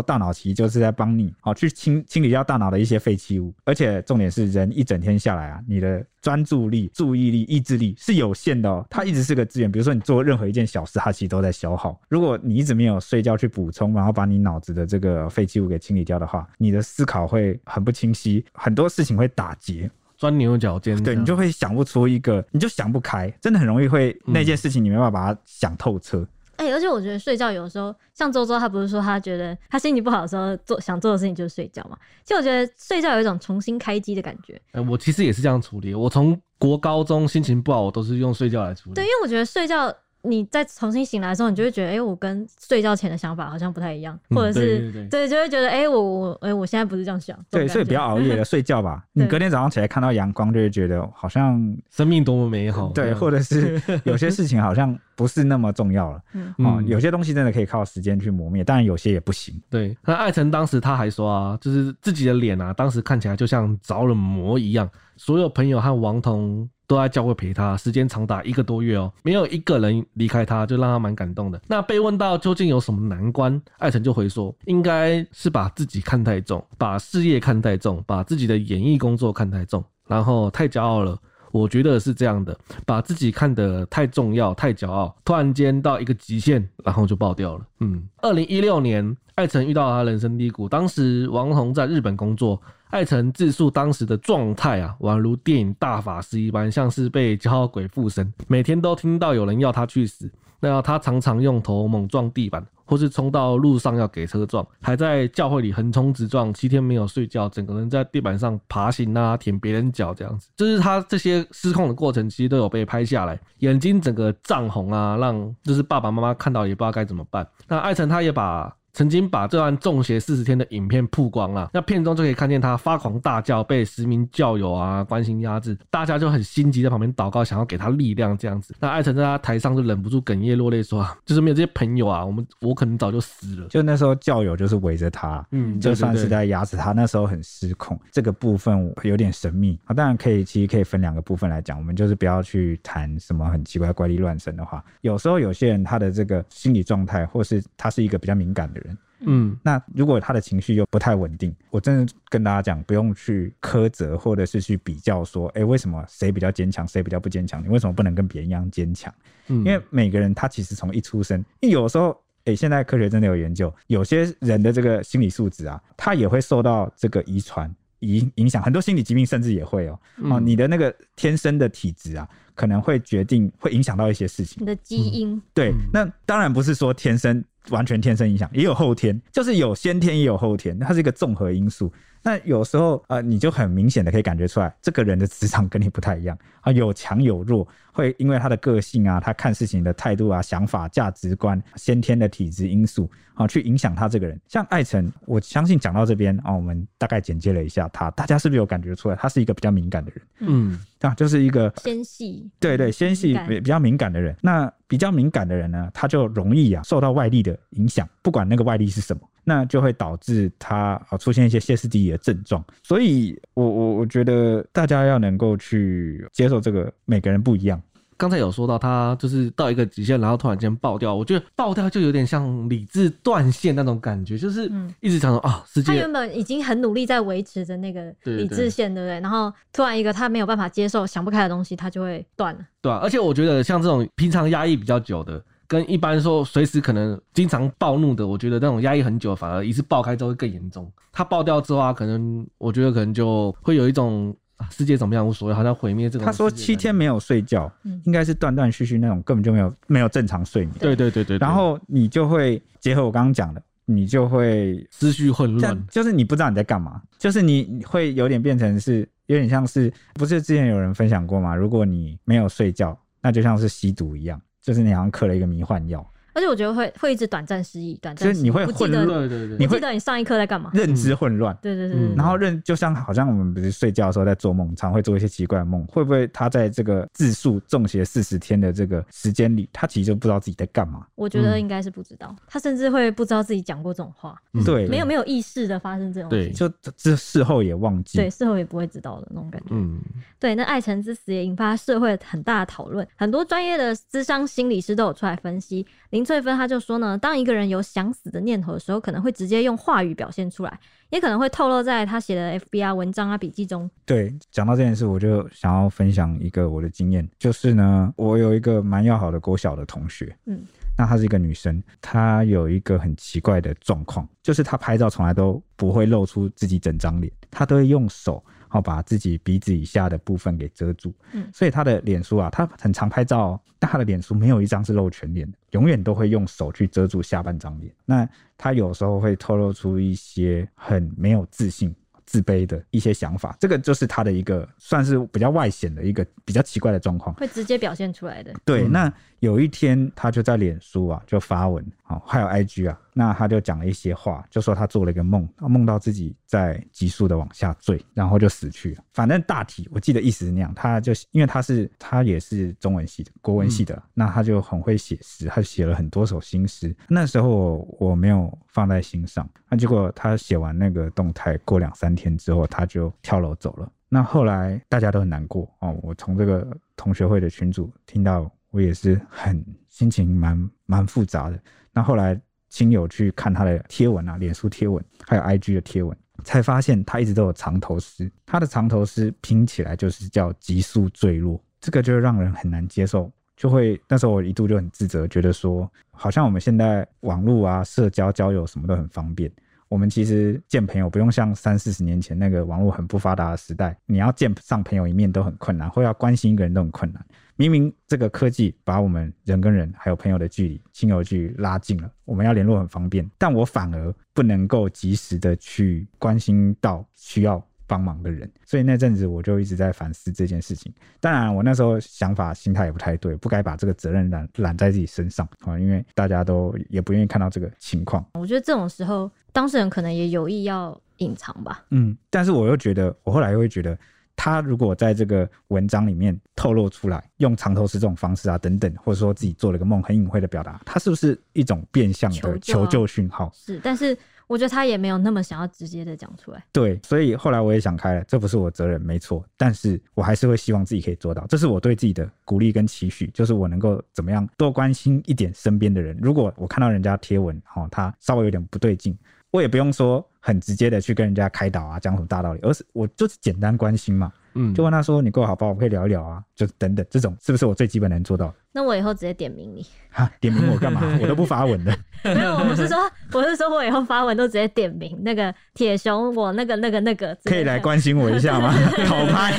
[SPEAKER 3] 大脑其实就是在帮你好、哦、去清清理掉大脑的一些废弃物，而且重点是人一整天下来啊，你的专注力、注意力、意志力是有限的哦，它一直是个资源。比如说你做任何一件小事，它其实都在消耗。如果你一直没有睡觉去补充，然后把你脑子的这个废弃物给清理掉的话，你的思考会很不清晰，很多事情会打结，
[SPEAKER 1] 钻牛角尖这样，
[SPEAKER 3] 对你就会想不出一个，你就想不开，真的很容易会
[SPEAKER 1] 嗯
[SPEAKER 3] 那件事情你没办法把它想透彻。
[SPEAKER 2] 哎、而且我觉得睡觉有时候，像周周他不是说他觉得他心情不好的时候做想做的事情就是睡觉嘛？其实我觉得睡觉有一种重新开机的感觉，
[SPEAKER 1] 呃，我其实也是这样处理。我从国高中心情不好，我都是用睡觉来处理。
[SPEAKER 2] 对，因为我觉得睡觉你再重新醒来的时候，你就会觉得，哎、我跟睡觉前的想法好像不太一样，
[SPEAKER 1] 嗯
[SPEAKER 2] 或者是、
[SPEAKER 1] 对对对
[SPEAKER 2] 就会觉得，哎、我我哎、我现在不是这样想，这种
[SPEAKER 3] 对，
[SPEAKER 2] 感
[SPEAKER 3] 所以不
[SPEAKER 2] 觉
[SPEAKER 3] 要熬夜了，睡觉吧。
[SPEAKER 2] 对
[SPEAKER 3] 你隔天早上起来看到阳光，就会觉得好像
[SPEAKER 1] 生命多么美好。这
[SPEAKER 3] 对，
[SPEAKER 1] 样
[SPEAKER 3] 或者是有些事情好像不是那么重要了。
[SPEAKER 2] 嗯
[SPEAKER 3] 哦，
[SPEAKER 1] 嗯
[SPEAKER 3] 有些东西真的可以靠时间去磨灭，当然有些也不行。
[SPEAKER 1] 对，那艾辰当时他还说啊，就是自己的脸啊，当时看起来就像着了魔一样。所有朋友和王彤都在教会陪他，时间长达一个多月哦，没有一个人离开他，就让他蛮感动的。那被问到究竟有什么难关，艾辰就回说，应该是把自己看太重，把事业看太重，把自己的演艺工作看太重，然后太骄傲了。我觉得是这样的，把自己看得太重要、太骄傲，突然间到一个极限，然后就爆掉了。嗯，二零一六年，艾辰遇到了他人生低谷，当时王彤在日本工作。艾辰自述当时的状态啊，宛如电影大法师一般，像是被骄傲鬼附身，每天都听到有人要他去死。那他常常用头猛撞地板，或是冲到路上要给车撞，还在教会里横冲直撞，七天没有睡觉，整个人在地板上爬行啊，舔别人脚这样子。就是他这些失控的过程，其实都有被拍下来，眼睛整个涨红啊，让就是爸爸妈妈看到也不知道该怎么办。那艾辰他也把。曾经把这段中邪四十天的影片曝光啊了，那片中就可以看见他发狂大叫，被十名教友啊关心压制，大家就很心急在旁边祷告，想要给他力量这样子。那艾辰在他台上就忍不住哽咽落泪说啊，就是没有这些朋友啊，我们我可能早就死了。
[SPEAKER 3] 就那时候教友就是围着他，
[SPEAKER 1] 嗯，
[SPEAKER 3] 就
[SPEAKER 1] 对
[SPEAKER 3] 算是
[SPEAKER 1] 对对
[SPEAKER 3] 在压制他。那时候很失控，这个部分我有点神秘啊。当然可以，其实可以分两个部分来讲。我们就是不要去谈什么很奇怪、怪力乱神的话。有时候有些人他的这个心理状态，或是他是一个比较敏感的人，
[SPEAKER 1] 嗯
[SPEAKER 3] 那如果他的情绪又不太稳定，我真的跟大家讲，不用去苛责或者是去比较说，哎、为什么谁比较坚强，谁比较不坚强？你为什么不能跟别人一样坚强？
[SPEAKER 1] 嗯，
[SPEAKER 3] 因为每个人他其实从一出生，因为有时候，诶、现在科学真的有研究，有些人的这个心理素质啊，他也会受到这个遗传影影响，很多心理疾病甚至也会哦、哦，
[SPEAKER 1] 嗯
[SPEAKER 3] 你的那个天生的体质啊，可能会决定会影响到一些事情
[SPEAKER 2] 你。的基因，
[SPEAKER 3] 对
[SPEAKER 1] 嗯，
[SPEAKER 3] 那当然不是说天生完全天生影响，也有后天，就是有先天也有后天，它是一个综合因素。那有时候呃，你就很明显的可以感觉出来，这个人的磁场跟你不太一样啊，有强有弱，会因为他的个性啊，他看事情的态度啊、想法、价值观、先天的体质因素啊，去影响他这个人。像艾辰，我相信讲到这边啊，我们大概简介了一下他，大家是不是有感觉出来，他是一个比较敏感的人
[SPEAKER 1] 嗯
[SPEAKER 3] 啊，就是一个
[SPEAKER 2] 纤细，
[SPEAKER 3] 对对，纤细
[SPEAKER 2] 嗯敏感
[SPEAKER 3] 比比较敏感的人，那比较敏感的人呢，他就容易啊受到外力的影响，不管那个外力是什么，那就会导致他啊出现一些歇斯底里的症状。所以我我我觉得大家要能够去接受这个，每个人不一样。
[SPEAKER 1] 刚才有说到他就是到一个极限，然后突然间爆掉，我觉得爆掉就有点像理智断线那种感觉，就是
[SPEAKER 2] 嗯
[SPEAKER 1] 一直想说啊，世
[SPEAKER 2] 他
[SPEAKER 1] 界
[SPEAKER 2] 原本已经很努力在维持着那个
[SPEAKER 1] 对
[SPEAKER 2] 理
[SPEAKER 1] 对
[SPEAKER 2] 智线，对不对？然后突然一个他没有办法接受、想不开的东西，他就会断了。
[SPEAKER 1] 对啊，而且我觉得像这种平常压抑比较久的，跟一般说随时可能经常暴怒的，我觉得那种压抑很久，反而一次爆开之后会更严重。它爆掉之后啊，可能我觉得可能就会有一种啊世界怎么样无所谓，好像毁灭这种。
[SPEAKER 3] 他说七天，没有睡觉
[SPEAKER 2] 嗯，
[SPEAKER 3] 应该是断断续续那种，根本就没有没有正常睡眠。
[SPEAKER 1] 对对对对，对
[SPEAKER 3] 然后你就会结合我刚刚讲的，你就会
[SPEAKER 1] 思绪混
[SPEAKER 3] 这
[SPEAKER 1] 乱
[SPEAKER 3] 样，，就是你不知道你在干嘛，就是你你会有点变成是有点像是，不是之前有人分享过吗？如果你没有睡觉，那就像是吸毒一样，就是你好像嗑了一个迷幻药，
[SPEAKER 2] 而且我觉得会会一直短暂失忆，短
[SPEAKER 3] 就
[SPEAKER 2] 暂失
[SPEAKER 3] 是
[SPEAKER 2] 忆
[SPEAKER 3] 你会
[SPEAKER 2] 不记
[SPEAKER 3] 混
[SPEAKER 2] 得
[SPEAKER 1] 对对对，
[SPEAKER 3] 你
[SPEAKER 2] 不
[SPEAKER 3] 会嗯
[SPEAKER 2] 记得你上一刻在干嘛？
[SPEAKER 3] 认知混乱。
[SPEAKER 2] 对对对
[SPEAKER 1] 嗯
[SPEAKER 2] 对，
[SPEAKER 3] 然后认就像好像我们不是睡觉的时候在做梦，常会做一些奇怪的梦，会不会他在这个自述中邪四十天的这个时间里，他其实就不知道自己在干嘛？
[SPEAKER 2] 我觉得
[SPEAKER 1] 嗯
[SPEAKER 2] 应该是不知道，他甚至会不知道自己讲过这种话，
[SPEAKER 1] 嗯
[SPEAKER 3] 对
[SPEAKER 2] 没有没有意识的发生这种事
[SPEAKER 1] 对
[SPEAKER 2] 情。
[SPEAKER 3] 就这这事后也忘记。
[SPEAKER 2] 对，事后也不会知道的那种感觉。
[SPEAKER 1] 嗯，
[SPEAKER 2] 对，那艾辰之死也引发社会很大的讨论，很多专业的智商心理师都有出来分析。林翠芬她就说呢，当一个人有想死的念头的时候，可能会直接用话语表现出来，也可能会透露在他写的 FBI 文章啊、笔记中。
[SPEAKER 3] 对，讲到这件事，我就想要分享一个我的经验，就是呢，我有一个蛮要好的国小的同学，
[SPEAKER 2] 嗯，
[SPEAKER 3] 那她是一个女生，她有一个很奇怪的状况，就是她拍照从来都不会露出自己整张脸，她都会用手。然后把自己鼻子以下的部分给遮住，
[SPEAKER 2] 嗯
[SPEAKER 3] 所以她的脸书啊，她很常拍照哦、但她的脸书没有一张是露全脸的，永远都会用手去遮住下半张脸。那她有时候会透露出一些很没有自信、自卑的一些想法，这个就是他的一个算是比较外显的一个比较奇怪的状况。
[SPEAKER 2] 会直接表现出来的，
[SPEAKER 3] 对，
[SPEAKER 1] 嗯
[SPEAKER 3] 那有一天他就在脸书啊就发文，好、还有 IG 啊，那他就讲了一些话，就说他做了一个梦，他梦到自己在急速的往下坠，然后就死去了。反正大体我记得意思是那样，他就因为他是他也是中文系的，国文系的，那他就很会写诗，他写了很多首新诗。那时候我我没有放在心上，那结果他写完那个动态，过两三天之后他就跳楼走了。那后来大家都很难过哦。我从这个同学会的群组听到，我也是很心情蛮蛮复杂的。那后来亲友去看他的贴文啊，脸书贴文，还有 IG 的贴文，才发现他一直都有藏头诗。他的藏头诗拼起来就是叫“急速坠落”，这个就让人很难接受。就会那时候我一度就很自责，觉得说好像我们现在网络啊、社交交友什么都很方便，我们其实见朋友不用像三四十年前那个网络很不发达的时代，你要见上朋友一面都很困难，或要关心一个人都很困难。明明这个科技把我们人跟人还有朋友的距离、亲友的距离拉近了，我们要联络很方便，但我反而不能够及时的去关心到需要帮忙的人，所以那阵子我就一直在反思这件事情。当然，我那时候想法、心态也不太对，不该把这个责任揽揽在自己身上啊，因为大家都也不愿意看到这个情况。
[SPEAKER 2] 我觉得这种时候当事人可能也有意要隐藏吧。
[SPEAKER 3] 嗯，但是我又觉得，我后来又会觉得，他如果在这个文章里面透露出来，用藏头诗这种方式啊，等等，或者说自己做了个梦，很隐晦的表达，他是不是一种变相的
[SPEAKER 2] 求救
[SPEAKER 3] 求
[SPEAKER 2] 啊
[SPEAKER 3] 救讯号？
[SPEAKER 2] 是，但是我觉得他也没有那么想要直接的讲出来。
[SPEAKER 3] 对，所以后来我也想开了，这不是我责任，没错，但是我还是会希望自己可以做到，这是我对自己的鼓励跟期许，就是我能够怎么样多关心一点身边的人。如果我看到人家贴文，哦，他稍微有点不对劲，我也不用说很直接的去跟人家开导啊，讲什么大道理，而是我就是简单关心嘛。
[SPEAKER 1] 嗯，
[SPEAKER 3] 就问他说：“你过得好不好？我们可以聊一聊啊，就等等，这种是不是我最基本能做到？
[SPEAKER 2] 那我以后直接点名你，
[SPEAKER 3] 哈，点名我干嘛？我都不发文的。
[SPEAKER 2] 没有， 我是说，我是说我以后发文都直接点名那个铁熊，我那个那个那个，
[SPEAKER 3] 可以来关心我一下吗？讨拍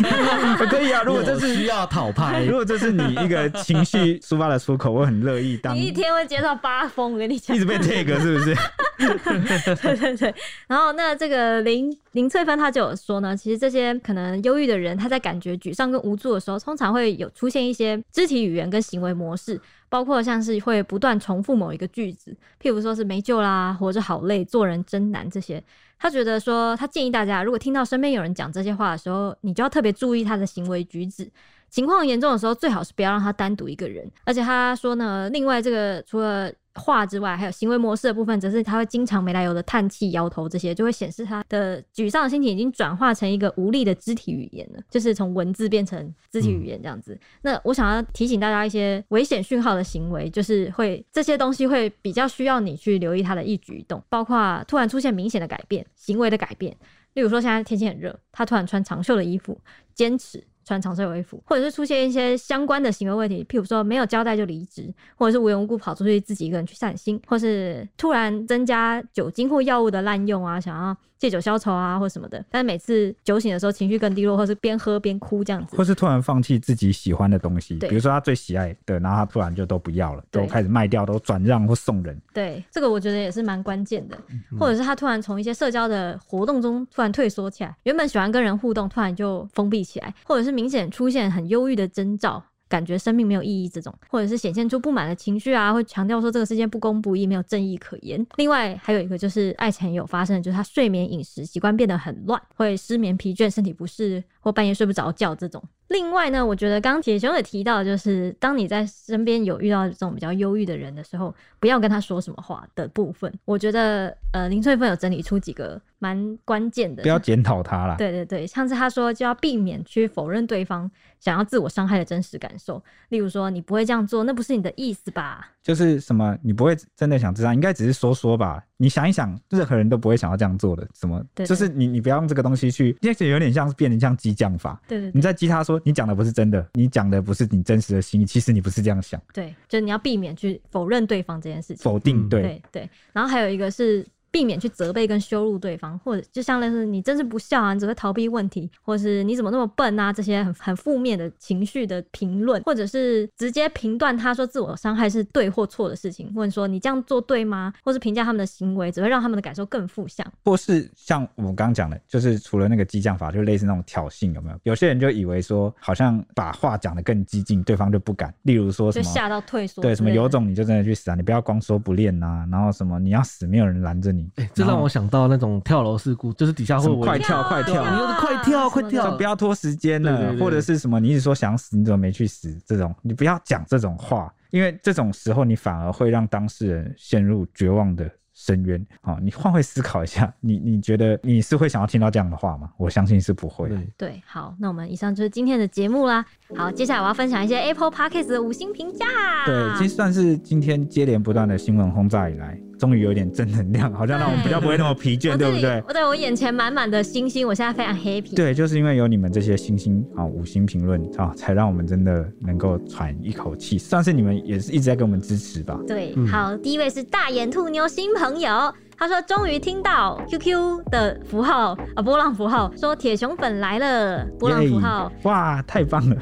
[SPEAKER 3] 可以啊。如果这
[SPEAKER 1] 我需
[SPEAKER 3] 是
[SPEAKER 1] 要讨拍
[SPEAKER 3] 如，果这是你一个情绪抒发的出口，我很乐意当。
[SPEAKER 2] 你一
[SPEAKER 3] 一
[SPEAKER 2] 天会接到八封，我跟你讲。
[SPEAKER 3] 直被 tag 是不是？
[SPEAKER 2] 对对对。然后那这个林林翠芬她就有说呢，其实这些可能忧郁的人，他在感觉沮丧跟无助的时候，通常会有出现一些肢体语言跟行为模式，包括像是会不断重复某一个句子，譬如说是没救啦，活着好累，做人真难这些。他觉得说，他建议大家，如果听到身边有人讲这些话的时候，你就要特别注意他的行为举止，情况严重的时候，最好是不要让他单独一个人。而且他说呢，另外这个除了话之外，还有行为模式的部分，则是他会经常没来由的叹气、摇头，这些就会显示他的沮丧的心情已经转化成一个无力的肢体语言了，就是从文字变成肢体语言这样子。那我想要提醒大家一些危险讯号的行为，就是会这些东西会比较需要你去留意他的一举一动，包括突然出现明显的改变、行为的改变，例如说现在天气很热，他突然穿长袖的衣服，坚持穿长袖的衣服，或者是出现一些相关的行为问题，譬如说没有交代就离职，或者是无缘无故跑出去自己一个人去散心，或是突然增加酒精或药物的滥用啊，想要借酒消愁啊，或什么的。但是每次酒醒的时候，情绪更低落，或是边喝边哭这样子
[SPEAKER 3] 或。是突然放弃自己喜欢的东西，
[SPEAKER 2] 对
[SPEAKER 3] 比如说他最喜爱的，然后他突然就都不要了，
[SPEAKER 2] 对
[SPEAKER 3] 都开始卖掉，都转让或送人。
[SPEAKER 2] 对，这个我觉得也是蛮关键的。或者是他突然从一些社交的活动中突然退缩起来，原本喜欢跟人互动，突然就封闭起来，或者是明显出现很忧郁的征兆。感觉生命没有意义，这种或者是显现出不满的情绪啊，会强调说这个世界不公不义，没有正义可言。另外还有一个就是爱前有发生的，就是他睡眠、饮食习惯变得很乱，会失眠、疲倦、身体不适或半夜睡不着觉这种。另外呢，我觉得刚铁熊也提到，就是当你在身边有遇到这种比较忧郁的人的时候，不要跟他说什么话的部分。我觉得呃，林翠芬有整理出几个蛮关键的，
[SPEAKER 3] 不要检讨他啦。
[SPEAKER 2] 对对对，上次他说就要避免去否认对方想要自我伤害的真实感受，例如说你不会这样做，那不是你的意思吧？
[SPEAKER 3] 就是什么，你不会真的想知道，应该只是说说吧。你想一想，任何人都不会想要这样做的。什么？
[SPEAKER 2] 对对
[SPEAKER 3] 就是你，你不要用这个东西去，那就有点像是变成像激将法。
[SPEAKER 2] 对对
[SPEAKER 3] 你
[SPEAKER 2] 对
[SPEAKER 3] 在激他说，你讲的不是真的，你讲的不是你真实的心意，其实你不是这样想，
[SPEAKER 2] 对，就是你要避免去否认对方这件事情。
[SPEAKER 3] 否定
[SPEAKER 1] 嗯
[SPEAKER 3] 对。
[SPEAKER 2] 对对，然后还有一个是避免去责备跟羞辱对方，或者就像类似你真是不孝啊，你只会逃避问题，或是你怎么那么笨啊这些很很负面的情绪的评论，或者是直接评断他说自我伤害是对或错的事情，问说你这样做对吗？或是评价他们的行为，只会让他们的感受更负向。
[SPEAKER 3] 或是像我们刚刚讲的，就是除了那个激将法，就类似那种挑衅，有没有？有些人就以为说，好像把话讲得更激进，对方就不敢。例如说什
[SPEAKER 2] 就吓
[SPEAKER 3] 么，
[SPEAKER 2] 到退缩之类
[SPEAKER 3] 对
[SPEAKER 2] 的，
[SPEAKER 3] 什么有种你就真的去死啊！你不要光说不练呐、然后什么你要死，没有人拦着你。
[SPEAKER 1] 哎、这让我想到那种跳楼事故，就是底下会
[SPEAKER 3] 什么
[SPEAKER 1] 围
[SPEAKER 3] 快
[SPEAKER 1] 着
[SPEAKER 3] 跳快跳
[SPEAKER 1] 你又是快跳快跳
[SPEAKER 2] 啊什么
[SPEAKER 3] 就
[SPEAKER 2] 的
[SPEAKER 3] 不要拖时间
[SPEAKER 1] 对
[SPEAKER 3] 了
[SPEAKER 1] 对，对
[SPEAKER 3] 或者是什么？你一直说想死，你怎么没去死？这种你不要讲这种话，因为这种时候你反而会让当事人陷入绝望的深渊。好、你换位思考一下，你你觉得你是会想要听到这样的话吗？我相信是不会。
[SPEAKER 1] 对，
[SPEAKER 2] 对，好，那我们以上就是今天的节目啦。好，接下来我要分享一些 Apple Podcast 的五星评价。
[SPEAKER 3] 对，其实算是今天接连不断的新闻轰炸以来，终于有点正能量，好像让我们比较不会那么疲倦，
[SPEAKER 2] 我
[SPEAKER 3] 对
[SPEAKER 2] 这
[SPEAKER 3] 不
[SPEAKER 2] 里，
[SPEAKER 3] 对？
[SPEAKER 2] 我哦对我眼前满满的星星，我现在非常 happy。
[SPEAKER 3] 对，就是因为有你们这些星星啊、五星评论啊、才让我们真的能够喘一口气，算是你们也是一直在给我们支持吧。
[SPEAKER 2] 对
[SPEAKER 1] 嗯
[SPEAKER 2] 好，第一位是大眼兔妞新朋友，他说终于听到 QQ 的符号啊，波浪符号，说铁熊粉来了，波浪符号。
[SPEAKER 3] 耶哇，太棒 了！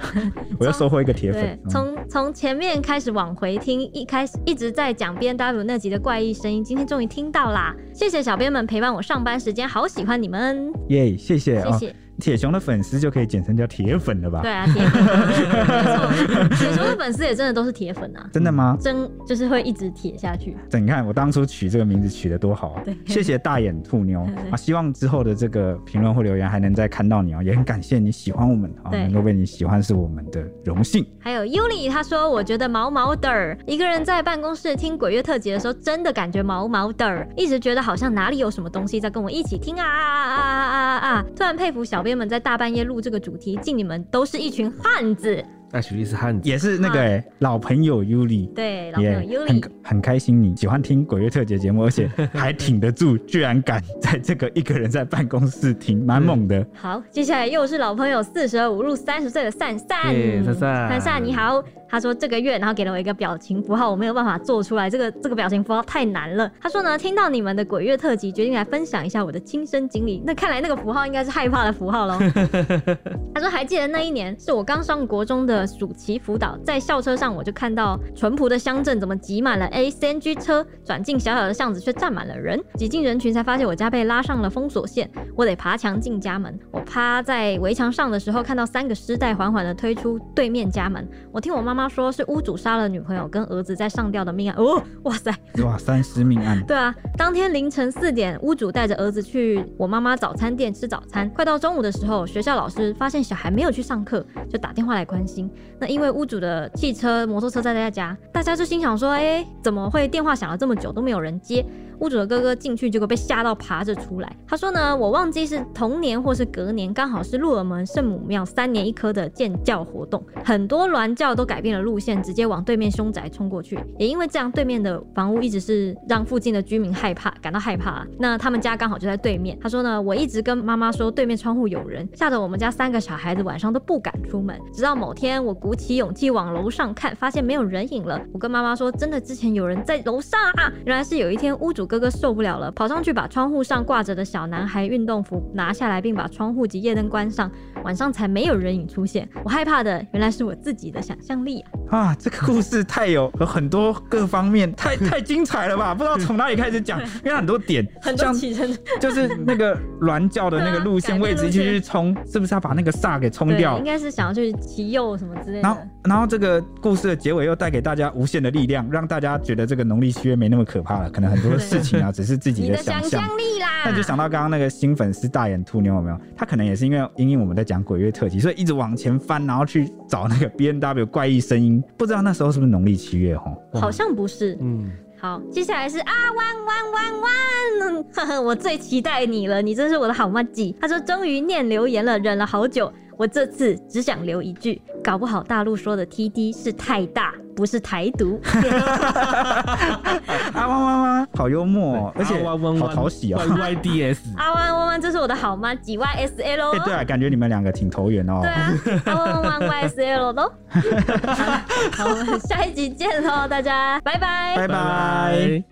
[SPEAKER 3] 我又收获一个铁
[SPEAKER 2] 对
[SPEAKER 3] 粉，。嗯
[SPEAKER 2] 从从前面开始往回听，一开始一直在讲 B N W 那集的怪异声音，今天终于听到啦！谢谢小编们陪伴我上班时间，好喜欢你们，
[SPEAKER 3] 耶，谢谢
[SPEAKER 2] 谢
[SPEAKER 3] 啊！
[SPEAKER 2] 谢。
[SPEAKER 3] 铁熊的粉丝就可以简称叫铁粉了吧
[SPEAKER 2] 对？啊，铁 粉啊，没错，铁熊的粉丝也真的都是铁粉啊，
[SPEAKER 3] 真的吗？
[SPEAKER 2] 真就是会一直铁下去。
[SPEAKER 3] 你看我当初取这个名字取得多好啊
[SPEAKER 2] 对！
[SPEAKER 3] 谢谢大眼兔妞
[SPEAKER 2] 对
[SPEAKER 3] 啊！希望之后的这个评论或留言还能再看到你哦，也很感谢你喜欢我们啊，
[SPEAKER 2] 对
[SPEAKER 3] 能够被你喜欢是我们的荣幸。
[SPEAKER 2] 还有 Yuli 他说，我觉得毛毛的儿，一个人在办公室听鬼月特辑的时候，真的感觉毛毛的儿，一直觉得好像哪里有什么东西在跟我一起听啊啊啊啊啊啊啊啊！突然佩服小编们在大半夜录这个主题，敬你们都是一群汉子。
[SPEAKER 1] 那许丽是汉子，
[SPEAKER 3] 也是那个、欸老朋友 Yuli，
[SPEAKER 2] 啊对，老朋
[SPEAKER 3] 也、
[SPEAKER 2] 友 Yuli，
[SPEAKER 3] 很很开心你喜欢听鬼月特辑节目，而且还挺得住，居然敢在这个一个人在办公室听，蛮猛的。
[SPEAKER 2] 好，接下来又是老朋友四舍五入三十岁的散散
[SPEAKER 1] 耶，散散
[SPEAKER 2] 散散你好，他说这个月，然后给了我一个表情符号，我没有办法做出来，这个这个表情符号太难了。他说呢，听到你们的鬼月特辑，决定来分享一下我的亲身经历。那看来那个符号应该是害怕的符号 喽。他说还记得那一年是我刚上国中的暑期辅导，在校车上我就看到淳朴的乡镇怎么挤满了 A C N G 车，转进小小的巷子却站满了人，挤进人群才发现我家被拉上了封锁线，我得爬墙进家门。我趴在围墙上的时候，看到三个尸袋缓缓地推出对面家门。我听我妈妈说是屋主杀了女朋友跟儿子在上吊的命案。哦，哇塞，
[SPEAKER 3] 哇，三尸命案，
[SPEAKER 2] 对啊，当天凌晨四点，屋主带着儿子去我妈妈早餐店吃早餐。快到中午的时候，学校老师发现小孩没有去上课，就打电话来关心。那因为屋主的汽车、摩托车在他家，大家就心想说：“哎，怎么会电话响了这么久都没有人接？”屋主的哥哥进去，结果被吓到爬着出来。他说呢，我忘记是同年或是隔年，刚好是鹿耳门圣母庙三年一科的建教活动，很多銮轿都改变了路线，直接往对面凶宅冲过去。也因为这样，对面的房屋一直是让附近的居民害怕，感到害怕。那他们家刚好就在对面。他说呢，我一直跟妈妈说对面窗户有人，吓得我们家三个小孩子晚上都不敢出门。直到某天，我鼓起勇气往楼上看，发现没有人影了，我跟妈妈说，真的之前有人在楼上啊。原来是有一天屋主哥哥受不了了，跑上去把窗户上挂着的小男孩运动服拿下来，并把窗户及夜灯关上。晚上才没有人影出现。我害怕的原来是我自己的想象力啊！
[SPEAKER 3] 啊，这个故事太有有很多各方面， 太太精彩了吧？不知道从哪里开始讲，因 为它很多点，
[SPEAKER 2] 很多
[SPEAKER 3] 像
[SPEAKER 2] 起身
[SPEAKER 3] 就是那个鸾教的那个路线
[SPEAKER 2] 对啊
[SPEAKER 3] 位置一
[SPEAKER 2] 改变路
[SPEAKER 3] 起
[SPEAKER 2] 线
[SPEAKER 3] 去冲，是不是要把那个煞给冲
[SPEAKER 2] 对，
[SPEAKER 3] 掉
[SPEAKER 2] 应？该是想要去骑右什么之类
[SPEAKER 3] 然后
[SPEAKER 2] 的。，
[SPEAKER 3] 然后这个故事的结尾又带给大家无限的力量，让大家觉得这个农历七月没那么可怕了。可能很多事情 啊，只是自己
[SPEAKER 2] 你
[SPEAKER 3] 的
[SPEAKER 2] 的
[SPEAKER 3] 想
[SPEAKER 2] 想
[SPEAKER 3] 象
[SPEAKER 2] 象。力啦！
[SPEAKER 3] 那就想到刚刚那个新粉丝大眼兔妞有没有？他可能也是因为因为我们在讲鬼月特辑，所以一直往前翻，然后去找那个 B N W 怪异声音。不知道那时候是不是农历七月吼？
[SPEAKER 2] 好像不是。
[SPEAKER 1] 嗯，
[SPEAKER 2] 好，接下来是啊弯弯弯弯， 呵呵，我最期待你了，你真是我的好妈吉。他说终于念留言了，忍了好久，我这次只想留一句，搞不好大陆说的 TD 是太大，不是台独。
[SPEAKER 3] 啊哇哇哇，好幽默、哦，而且好讨喜哦。
[SPEAKER 1] Y D S，
[SPEAKER 2] 啊弯弯弯，这是我的好妈吉 YSL
[SPEAKER 3] 哎、
[SPEAKER 2] 哦。
[SPEAKER 3] 对啊，感觉你们两个挺投缘哦
[SPEAKER 2] 对。啊，啊弯弯弯 YSL 喽。好，我们下一集见喽，大家拜拜。
[SPEAKER 3] 拜拜。